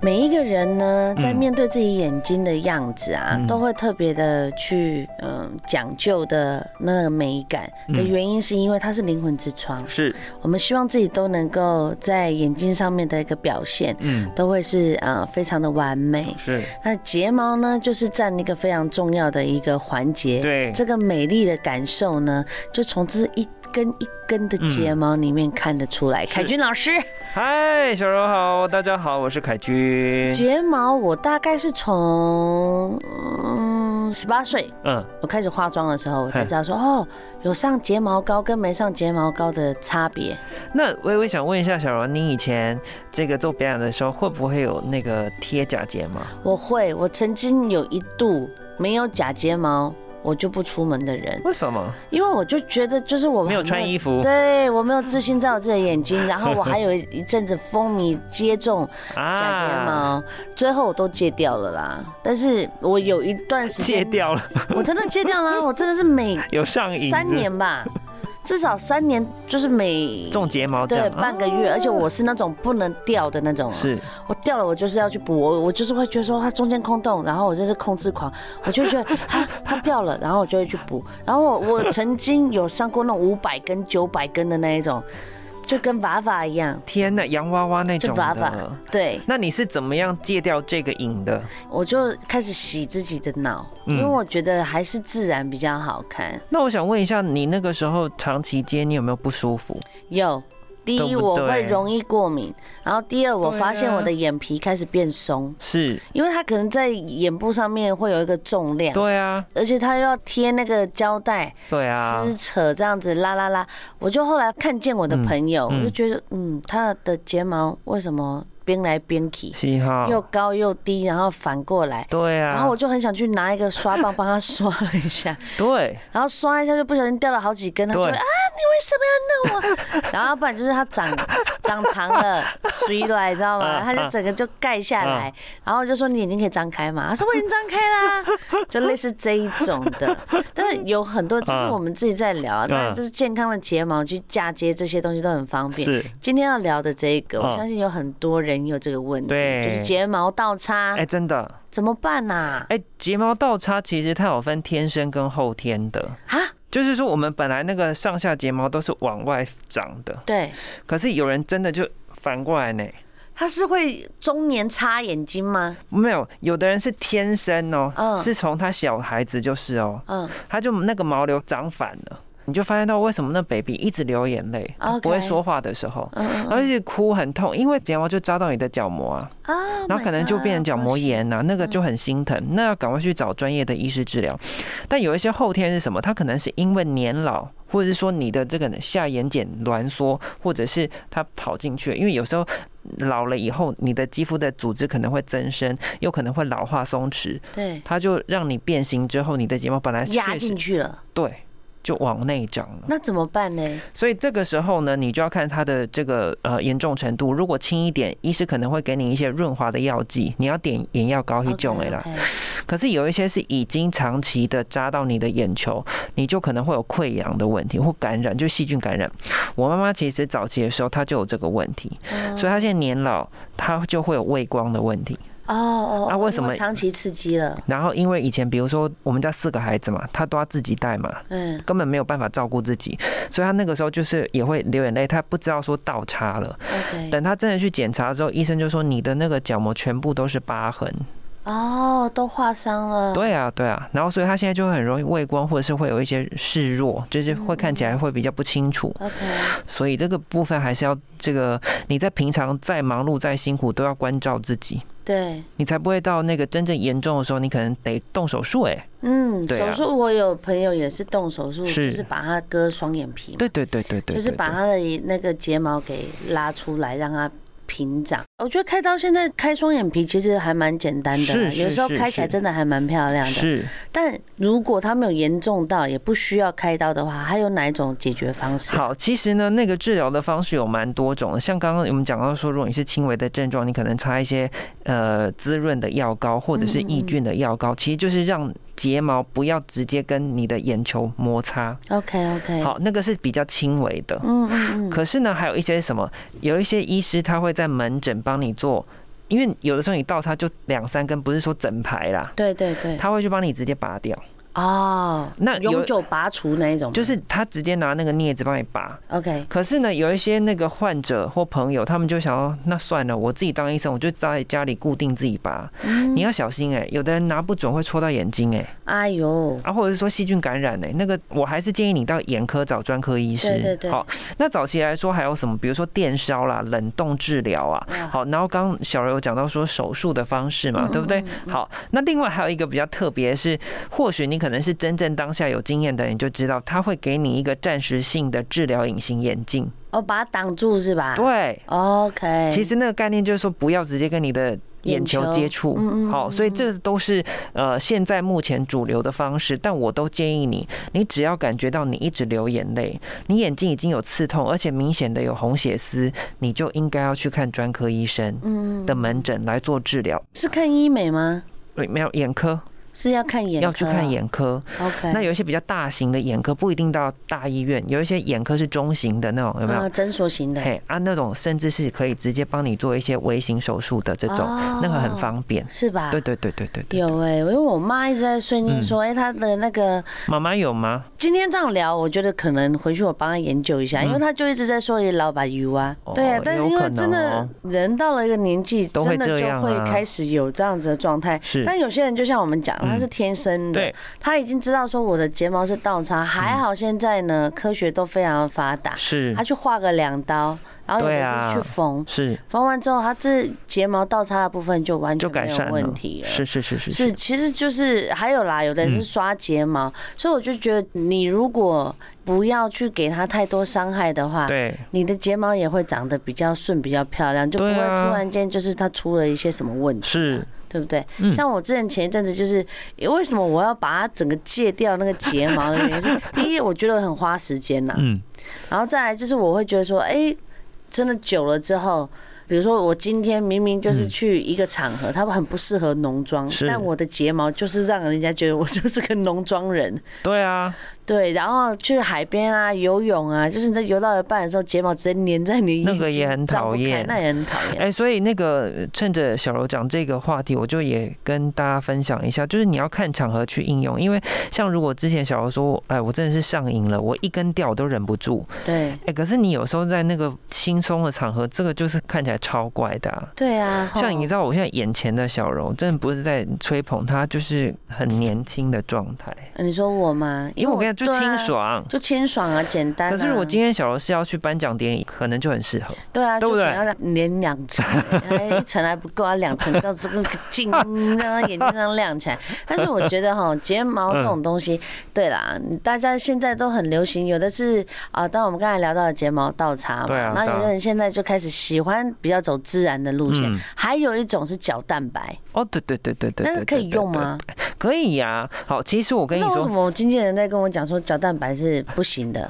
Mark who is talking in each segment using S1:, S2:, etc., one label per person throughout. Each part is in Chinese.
S1: 每一个人呢，在面对自己眼睛的样子啊，都会特别的去嗯讲究的那个美感的原因，是因为它是灵魂之窗。
S2: 是，
S1: 我们希望自己都能够在眼睛上面的一个表现，
S2: 嗯，
S1: 都会是呃非常的完美。
S2: 是，
S1: 那睫毛呢，就是占一个非常重要的一个环节。
S2: 对
S1: 哎这个美丽的感受呢，就从这一根一根的睫毛里面看得出来。凯君老师，
S2: 嗯嗨，小柔好，大家好，我是凯君。
S1: 睫毛我大概是从嗯十八岁
S2: 嗯，
S1: 我开始化妆的时候，我才
S2: 嘿
S1: 知道说哦，有上睫毛膏跟没上睫毛膏的差别。
S2: 那微微想问一下小柔，你以前这个做表演的时候，会不会有那个贴假睫毛？
S1: 我会，我曾经有一度没有假睫毛，我就不出门的人，
S2: 为什么
S1: 因为我就觉得就是我
S2: 没有穿衣服
S1: 对我没有自信在我自己的眼 睛，然后我还有一一阵子风靡接种
S2: 啊
S1: 假睫毛，最后我都戒掉了啦。但是我有一段时
S2: 戒
S1: 间，
S2: 掉了，
S1: 我真的戒掉 了，我真的是每
S2: 有上瘾。
S1: 三年吧，至少三年，就是每
S2: 种睫毛这
S1: 对
S2: 样，
S1: 半个月，而且我是那种不能掉的那种、
S2: 啊
S1: 啊，
S2: 是
S1: 我掉了，我就是要去补，我我就是会觉得说它中间空洞，然后我就是控制狂，我就觉得它它掉了，然后我就会去补。然后我我曾经有上过那种五百根、九百根的那一种，就跟娃娃一样，
S2: 天呐，洋娃娃那
S1: 就
S2: 种
S1: 娃娃
S2: 的。。
S1: 对，
S2: 那你是怎么样戒掉这个瘾的？
S1: 我就开始洗自己的脑，因为
S2: 嗯
S1: 我觉得还是自然比较好看。
S2: 那我想问一下，你那个时候长期接，你有没有不舒服？
S1: 有，第一
S2: 对不
S1: 我会
S2: 对
S1: 容易过敏，然后第二我
S2: 对
S1: 发现
S2: 啊
S1: 我的眼皮开始变松，
S2: 是，
S1: 因为它可能在眼部上面会有一个重量。
S2: 对啊，
S1: 而且它又要贴那个胶带，
S2: 对啊，
S1: 撕扯这样子拉拉拉。我就后来看见我的朋友，
S2: 嗯嗯
S1: 我就觉得，嗯，他的睫毛为什么编来编去，
S2: 喜好
S1: 又高又低，然后反过来。
S2: 对哦啊，
S1: 然后我就很想去拿一个刷棒帮他刷了一下，
S2: 对
S1: 然后刷一下就不小心掉了好几根，他就会
S2: 对
S1: 啊，你为什么要弄我？ 然后不然就是它长长长了， 水了，你知道吗？
S2: 啊
S1: 它就整个就盖下来，然后我就说你眼睛可以张开嘛，他说我已经张开啦， 就类似这一种的。但是有很多，这是
S2: 啊
S1: 我们自己在聊啊，当然就是健康的睫毛去嫁接这些东西都很方便。
S2: 是，
S1: 今天要聊的这一个，我
S2: 啊
S1: 相信有很多人有这个问题，
S2: 对
S1: 就是睫毛倒插
S2: 哎、真的，
S1: 怎么办啊呐？
S2: 哎、睫毛倒插其实它有分天生跟后天的。
S1: 啊，
S2: 就是说，我们本来那个上下睫毛都是往外长的，
S1: 对，
S2: 可是有人真的就反过来呢。
S1: 他是会中年插眼睛吗？
S2: 没有，有的人是天生哦，
S1: 嗯
S2: 是从他小孩子就是哦，
S1: 嗯。
S2: 他就那个毛流长反了，你就发现到为什么那 baby 一直流眼泪
S1: OK
S2: 不会说话的时候，
S1: 嗯嗯
S2: 而且哭很痛，因为睫毛就扎到你的角膜啊。
S1: 啊
S2: 然后可能就变成角膜。炎呐、那个
S1: 嗯
S2: 就很心疼，那要赶快去找专业的医师治疗。但有一些后天是什么？它可能是因为年老，或者是说你的这个下眼睑挛缩，或者是它跑进去了，因为有时候。老了以后，你的肌肤的组织可能会增生，又可能会老化松弛，
S1: 对，
S2: 它就让你变形之后，你的睫毛本来
S1: 压
S2: 确
S1: 进
S2: 实嗯
S1: 去了，
S2: 对，就往内长了。
S1: 那怎么办呢？
S2: 所以这个时候呢，你就要看它的这个呃严重程度。如果轻一点，医师可能会给你一些润滑的药剂，你要点眼药膏去救没啦。
S1: OK，OK，
S2: 可是有一些是已经长期的扎到你的眼球，你就可能会有溃疡的问题或感染，就细菌感染。我妈妈其实早期的时候她就有这个问题，
S1: 嗯
S2: 所以她现在年老，她就会有畏光的问题。
S1: 哦哦，
S2: 啊
S1: 哦
S2: 为什么
S1: 因长期刺激了？
S2: 然后因为以前比如说我们家四个孩子嘛，她都要自己带嘛，
S1: 嗯，
S2: 根本没有办法照顾自己，所以她那个时候就是也会流眼泪，她不知道说倒插了。
S1: ，OK，
S2: 等他真的去检查之后，医生就说你的那个角膜全部都是疤痕。
S1: 哦，都划伤了。
S2: 对啊，对啊。然后所以他现在就会很容易畏光，或者是会有一些示弱，就是会看起来会比较不清楚。
S1: OK，
S2: 所以这个部分还是要这个你在平常再忙碌再辛苦都要关照自己，
S1: 对，
S2: 你才不会到那个真正严重的时候，你可能得动手术。哎，
S1: 嗯，
S2: 对
S1: 手
S2: 啊
S1: 术我有朋友也是动手术，
S2: 是
S1: 就是把他割双眼皮嘛，
S2: 对对对对对，
S1: 就是
S2: 对
S1: 把
S2: 对
S1: 他的那个睫毛给拉出来，让他屏障。我觉得开刀现在开双眼皮其实还蛮简单的啦，
S2: 是是
S1: 有时候
S2: 是
S1: 开起来
S2: 是
S1: 真的还蛮漂亮的。
S2: 是
S1: 但如果他没有严重到也不需要开刀的话，还有哪一种解决方式？
S2: 好，其实呢，那个治疗的方式有蛮多种的，像刚刚我们讲到说，如果你是轻微的症状，你可能擦一些呃滋润的药膏或者是抑菌的药膏，其实就是让睫毛不要直接跟你的眼球摩擦。
S1: ，OK OK，，
S2: 好，那个是比较轻微的。
S1: 嗯嗯嗯，
S2: 可是呢，还有一些什么，有一些医师他会在门诊帮你做，因为有的时候你倒插就两三根，不是说整排啦，
S1: 对对对，
S2: 他会去帮你直接拔掉，
S1: 哦，
S2: 那有
S1: 永久拔除那一种吗，
S2: 就是他直接拿那个镊子帮你拔。
S1: OK，
S2: 可是呢，有一些那个患者或朋友，他们就想要，那算了，我自己当医生，我就在家里固定自己拔。
S1: 嗯
S2: 你要小心哎、有的人拿不准会戳到眼睛哎、
S1: 哎呦，
S2: 啊，或者是说细菌感染哎、那个我还是建议你到眼科找专科医师。
S1: 对对对
S2: 好，那早期来说还有什么？比如说电烧啦、冷冻治疗啊。
S1: 哇，
S2: 好，然后刚刚小柔有讲到说手术的方式嘛，
S1: 嗯
S2: 对不对
S1: 嗯？
S2: 好，那另外还有一个比较特别是，或许你可能是真正当下有经验的人就知道，他会给你一个暂时性的治疗隐形眼镜。
S1: 哦，把它挡住是吧？
S2: 对，
S1: ，OK，
S2: 其实那个概念就是说，不要直接跟你的眼球接触
S1: 眼球嗯嗯，
S2: 好，所以这都是呃现在目前主流的方式。但我都建议你，你只要感觉到你一直流眼泪，你眼睛已经有刺痛，而且明显的有红血丝，你就应该要去看专科医生
S1: 嗯
S2: 的门诊来做治疗。
S1: 是看医美吗？
S2: 对，没有眼科
S1: 是要看眼科啊，啊
S2: 要去看眼科。
S1: ，OK，
S2: 那有一些比较大型的眼科不一定到大医院，有一些眼科是中型的那种，有没有？
S1: 啊诊所型的
S2: 嘿啊，那种甚至是可以直接帮你做一些微型手术的这种，
S1: 哦
S2: 那个很方便。
S1: 是吧？
S2: 对嗯对对对对对，
S1: 有哎、因为我妈一直在碎念说，哎、她的那个
S2: 妈妈有吗？
S1: 今天这样聊，我觉得可能回去我帮她研究一下，因为她就一直在说也老把油啊，
S2: 嗯哦
S1: 对啊，但
S2: 有
S1: 因为
S2: 可能
S1: 真的
S2: 哦
S1: 人到了一个年纪，
S2: 都会
S1: 真的就
S2: 这样啊
S1: 会开始有这样子的状态。
S2: 是嗯
S1: 但有些人就像我们讲，他是天生的，
S2: 对，
S1: 他已经知道说我的睫毛是倒插，还好现在呢科学都非常发达，
S2: 是
S1: 他去画个两刀，然后有
S2: 对
S1: 的
S2: 啊
S1: 是去缝，
S2: 是，
S1: 缝完之后，他这睫毛倒插的部分就完
S2: 就
S1: 全
S2: 改
S1: 没
S2: 善
S1: 有
S2: 了
S1: 问题。了。
S2: 是是是是
S1: 是，其实就是还有啦，有的人是
S2: 嗯
S1: 刷睫毛，所以我就觉得你如果不要去给它太多伤害的话，
S2: 对，
S1: 你的睫毛也会长得比较顺、比较漂亮，就不
S2: 对
S1: 会
S2: 啊
S1: 突然间就是它出了一些什么问题，
S2: 是，
S1: 对不对？
S2: 嗯
S1: 像我之前前一阵子就是，诶为什么我要把它整个戒掉那个睫毛的原因 是，第一我觉得很花时间呐，
S2: 嗯，
S1: 然后再来就是我会觉得说，哎、真的久了之后，比如说我今天明明就是去一个场合，他们很不适合浓妆，
S2: 是
S1: 但我的睫毛就是让人家觉得我就是个浓妆人。
S2: 对啊，
S1: 对，然后去海边啊、游泳啊，就是你在游到一半的时候，睫毛直接粘在你眼睛
S2: 那个也很
S1: 张不
S2: 讨
S1: 开
S2: 厌
S1: 那也很讨厌。
S2: 哎，所以那个呃趁着小柔讲这个话题，我就也跟大家分享一下，就是你要看场合去应用，因为像如果之前小柔说，哎，我真的是上瘾了，我一根掉我都忍不住，
S1: 对，
S2: 哎，可是你有时候在那个轻松的场合，这个就是看起来超怪的、啊。
S1: 对啊，
S2: 像你
S1: 吼
S2: 知道，我现在眼前的小柔，真的不是在吹捧她，就是很年轻的状态。
S1: 你说我吗？
S2: 因为我跟你讲，就
S1: 对啊
S2: 清爽。
S1: 就清爽啊，简单、啊。
S2: 可是如果今天小柔是要去颁奖典礼，可能就很适合。
S1: 对啊，
S2: 对不
S1: 就
S2: 对
S1: 可能要连两 层，哎一层还不够啊，两层这样子个镜，让眼睛这样亮起来。但是我觉得 哈，睫毛这种东西，对啦，大家现在都很流行，有的是啊，当我们刚才聊到的睫毛倒插嘛，
S2: 对啊
S1: 然后有
S2: 对
S1: 的
S2: 啊
S1: 人现在就开始喜欢比较走自然的路线
S2: 嗯，
S1: 还有一种是角蛋白，
S2: 哦，对对对对对，
S1: 但是
S2: 对
S1: 可以用？
S2: 对
S1: 吗？
S2: 对对可以呀、好，其实我跟你
S1: 那为什
S2: 说，
S1: 么我经纪人在跟我讲说角蛋白是不行 的？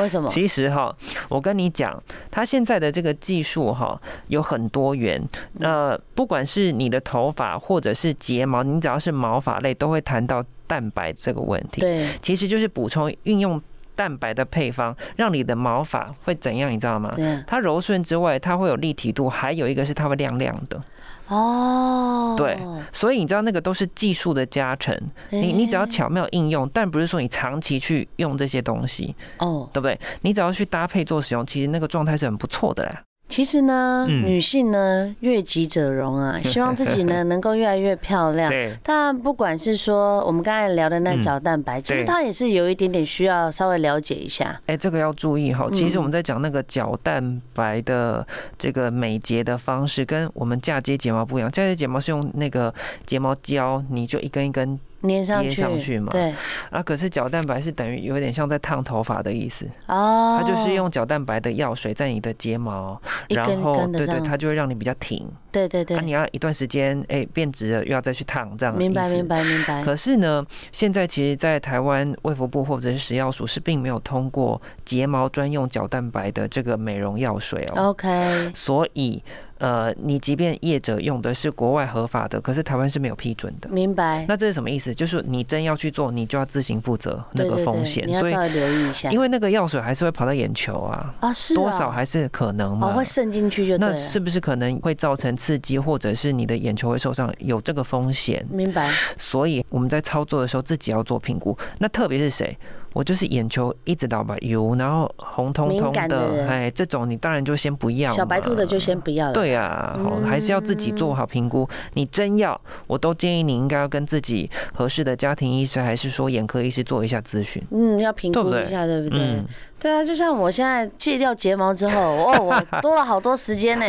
S1: 为什么？
S2: 其实哈，我跟你讲，它现在的这个技术哈有很多元。
S1: 嗯
S2: 呃，不管是你的头发或者是睫毛，你只要是毛发类，都会谈到蛋白这个问题。
S1: 对，
S2: 其实就是补充运用蛋白的配方，让你的毛发会怎样，你知道吗？
S1: 这样
S2: 它柔顺之外，它会有立体度，还有一个是它会亮亮的，
S1: 哦，
S2: 对所以你知道那个都是技术的加成。你你只要
S1: 哎
S2: 巧妙应用，但不是说你长期去用这些东西，
S1: 哦。
S2: 对不对？你只要去搭配做使用，其实那个状态是很不错的啦。
S1: 其实呢，
S2: 嗯
S1: 女性呢，悦己者容 啊，希望自己呢能够越来越漂亮。
S2: 对，
S1: 但不管是说我们刚才聊的那
S2: 嗯
S1: 角蛋白，其实
S2: 对
S1: 它也是有一点点需要稍微了解一下。
S2: 哎，这个要注意哈。
S1: 嗯
S2: 其实我们在讲那个角蛋白的这个美睫的方式，跟我们嫁接睫毛不一样。嫁接睫毛是用那个睫毛胶，你就一根一根
S1: 粘上去，
S2: 接上去嘛
S1: 对
S2: 啊，可是角蛋白是等于有点像在烫头发的意思，
S1: 哦，
S2: 它就是用角蛋白的药水在你的睫毛，
S1: 一
S2: 然
S1: 根一
S2: 后
S1: 根的
S2: 对
S1: 这
S2: 对，
S1: 样，
S2: 它就会让你比较挺。
S1: 对对对
S2: 啊，你要一段时间，哎、变直了又要再去烫，这样的
S1: 明
S2: 意
S1: 白
S2: 思
S1: 明。白明白，
S2: 可是呢，现在其实，在台湾卫福部或者是食药署是并没有通过睫毛专用角蛋白的这个美容药水哦。
S1: OK，
S2: 所以，呃，你即便业者用的是国外合法的，可是台湾是没有批准的。
S1: 明白。
S2: 那这是什么意思？就是你真要去做，你就要自行负责那
S1: 对
S2: 个
S1: 对
S2: 风
S1: 对
S2: 险。
S1: 你要
S2: 所以
S1: 稍，微留意一下，
S2: 因
S1: 为
S2: 为那个药水还是会跑到眼球啊，
S1: 啊是
S2: 多
S1: 啊
S2: 少还是可能嘛。
S1: 哦会渗进去就对
S2: 那
S1: 了，
S2: 是不是可能会造成刺激，或者是你的眼球会受伤，有这个风险？
S1: 明白
S2: 所以我们在操作的时候自己要做评估。那特别是谁？我就是眼球一直老吧油，然后红彤彤
S1: 敏感的
S2: 的，
S1: 人
S2: 哎，这种你当然就先不要嘛。
S1: 小白兔的就先不要了，嗯
S2: 对啊，好，还是要自己做好评估。你真要，我都建议你应该要跟自己合适的家庭医师，还是说眼科医师做一下咨询。
S1: 嗯，要评
S2: 对
S1: 估
S2: 不对
S1: 一下，对不对？
S2: 嗯，
S1: 对啊，就像我现在戒掉睫毛 之后，哦，我多了好多时间呢。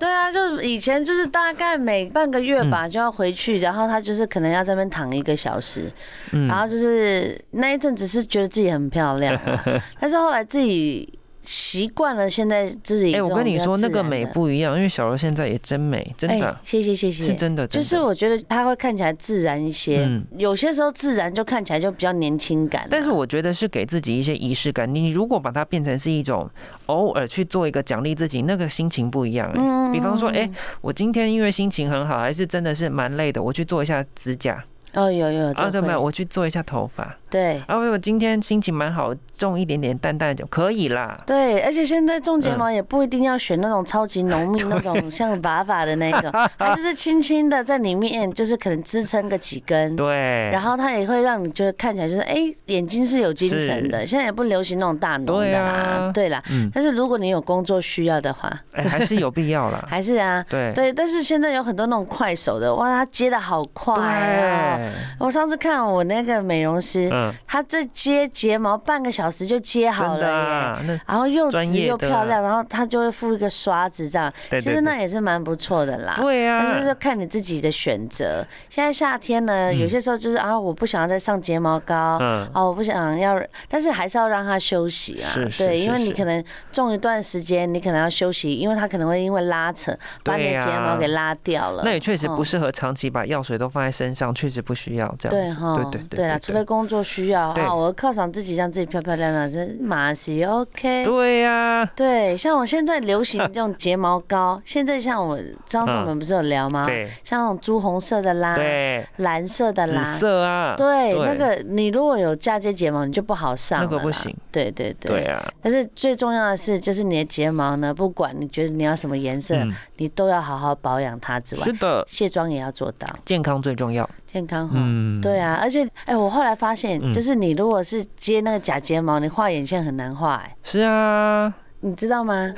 S1: 对啊，就是以前就是大概每半个月
S2: 嗯
S1: 吧就要回去，然后他就是可能要在那边躺一个小时，
S2: 嗯
S1: 然后就是那一阵子是觉得自己很漂亮 啊，但是后来自己习惯了，现在自己
S2: 哎、我
S1: 这种
S2: 跟
S1: 比
S2: 你
S1: 较
S2: 说，那
S1: 自
S2: 个
S1: 然
S2: 美
S1: 的
S2: 不一样，因为小柔现在也真美，真的、
S1: 哎，谢谢谢谢，
S2: 是真的，真
S1: 就
S2: 的
S1: 是我觉得它会看起来自然一些，
S2: 嗯
S1: 有些时候自然就看起来就比较年轻感啊、
S2: 但是我觉得是给自己一些仪式感。你如果把它变成是一种偶尔去做一个奖励自己，那个心情不一样、欸。
S1: 嗯
S2: 比方说，哎、我今天因为心情很好，还是真的是蛮累的，我去做一下指甲
S1: 哦，有有
S2: 啊，
S1: 这
S2: 对没有？
S1: 会
S2: 我去做一下头发
S1: 对
S2: 啊，我今天心情蛮好，种一点点淡淡的就可以啦。
S1: 对，而且现在种睫
S2: 嗯
S1: 毛也不一定要选那种超级浓密 那种，像娃娃的那一种，它就是轻轻的在里面，就是可能支撑个几根。
S2: 对，
S1: 嗯然后它也会让你觉得看起来就是哎、眼睛是有精神的。现在也不流行那种大浓的啦，
S2: 对啊
S1: 对啦。
S2: 嗯，
S1: 但是如果你有工作需要的话，
S2: 哎、还是有必要啦。
S1: 还是啊，
S2: 对
S1: 对，但是现在有很多那种快手的，哇，他接的好快啊！
S2: 对，
S1: 我上次看我那个美容师，
S2: 嗯，
S1: 他这接睫毛半个小时就接好了
S2: 真的、
S1: 耶。
S2: 啊，那
S1: 然后又直
S2: 专业的
S1: 又
S2: 啊
S1: 漂亮，然后他就会附一个刷子这样，
S2: 对对
S1: 其实那也是蛮不错的啦。
S2: 对呀、
S1: 但是就
S2: 啊，
S1: 看你自己的选择。现在夏天呢，有些时候就是啊，我不想要再上睫毛膏，
S2: 嗯，
S1: 哦，我不想要，但是还是要让他休息啊。
S2: 是是
S1: 对，
S2: 是
S1: 因为你
S2: 是
S1: 可能种一段时间，你可能要休息，因为他可能会因为拉扯把你
S2: 对
S1: 的
S2: 啊
S1: 睫毛给拉掉了。
S2: 那也确实不
S1: 哦。
S2: 适合长期把药水都放在身上，确实不需要这样子。
S1: 对哈，
S2: 对对
S1: 啦，除非工作需要
S2: 对
S1: 啊，我犒赏自己，让自己漂漂亮亮，这马西 OK。
S2: 对呀、
S1: 对，像我现在流 行这种睫毛膏，现在像我上次我们不是有聊吗？，
S2: 嗯对
S1: 像那种朱红色的啦，
S2: 对，
S1: 蓝色啊的啦
S2: 紫，色啊，
S1: 对，
S2: 对
S1: 那个你如果有嫁接睫毛，你就不好上
S2: 那个
S1: 了
S2: 不
S1: 啦
S2: 行。
S1: 对对对。
S2: 对啊，
S1: 但是最重要的是，就是你的睫毛呢，不管你觉得你要什么颜色，
S2: 嗯，
S1: 你都要好好保养它之外
S2: 是，的，
S1: 卸妆也要做到
S2: 健康最重要。
S1: 健康哈。
S2: 嗯，
S1: 哦对啊，而且哎、我后来发现，
S2: 嗯
S1: 就是你如果是接那个假睫毛，你画眼线很难画、哎，
S2: 是啊，
S1: 你知道吗？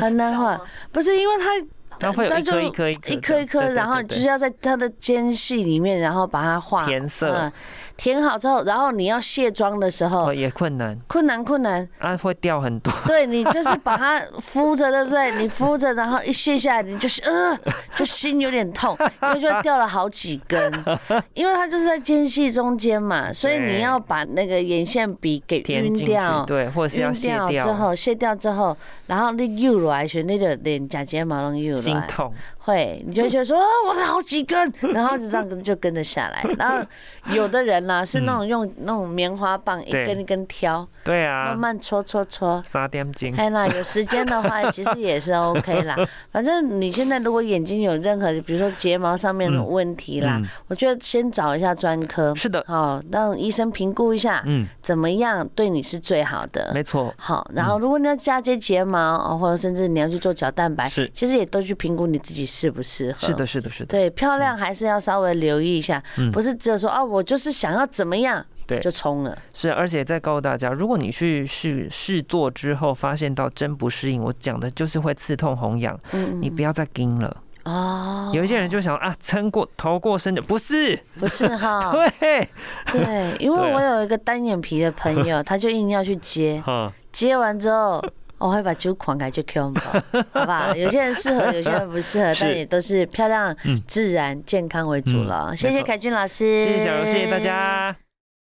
S1: 很难画，不是因为它
S2: 它会有
S1: 它
S2: 一颗
S1: 就
S2: 一颗一颗
S1: 一颗一颗，然后你就是要在它的间隙里面，然后把它画
S2: 填色
S1: 嗯，填好之后，然后你要卸妆的时候
S2: 哦，也困难
S1: 困难困难，
S2: 啊，会掉很多。
S1: 对你就是把它敷着，对不对？你敷着，然后一卸下来，你就是呃，就心有点痛，因为就掉了好几根，因为它就是在间隙中间嘛，所以你
S2: 对
S1: 要把那个眼线笔给
S2: 填
S1: 晕
S2: 进去
S1: 掉，
S2: 对，或者是要
S1: 晕
S2: 卸
S1: 掉之
S2: 掉，
S1: 后，卸掉之后，然后你又来时，你的脸假睫毛弄又
S2: 心
S1: 来，
S2: 痛，
S1: 会，你就会觉得说，啊我的好几 根，然后就这样跟就跟着下来。然后有的人呢、是那种用那种棉花棒一
S2: 对
S1: 根一根挑，
S2: 嗯对啊
S1: 慢，慢搓搓搓，
S2: 撒点精，
S1: 哎啦，有时间的话其实也是 OK 啦。反正你现在如果眼睛有任何，比如说睫毛上面的
S2: 嗯
S1: 问题啦，
S2: 嗯
S1: 我觉得先找一下专科，
S2: 是的，
S1: 好、让医生评估一下
S2: 嗯，
S1: 怎么样对你是最好的。
S2: 没错，
S1: 好，然
S2: 嗯
S1: 后如果你要嫁接睫毛，哦，或者甚至你要去做角蛋白
S2: 是，
S1: 其实也都去评估你自己适不适合。
S2: 是的，，是的，是的，
S1: 对，漂亮还是要稍微留意一下，
S2: 嗯
S1: 不是只有说啊，我就是想要怎么样
S2: 对
S1: 就冲了。
S2: 是，而且再告诉大家，如果你去试试做之后，发现到真不适应，我讲的就是会刺痛红痒，
S1: 嗯
S2: 你不要再盯了。
S1: 哦，
S2: 有一些人就想啊，撑过头过身的，不是，
S1: 不是哈，
S2: 对，
S1: 对，因为
S2: 对啊
S1: 我有一个单眼皮的朋友，他就硬要去接，
S2: 哈，
S1: 接完之后哦我会把酒狂改就 Q 吧， 好吧？有些人适合，有些人不适合，
S2: 是
S1: 但也都是漂亮
S2: 嗯、
S1: 自然、健康为主了。谢
S2: 没
S1: 谢
S2: 错
S1: 凯俊老师，
S2: 谢谢小柔，谢谢大。家。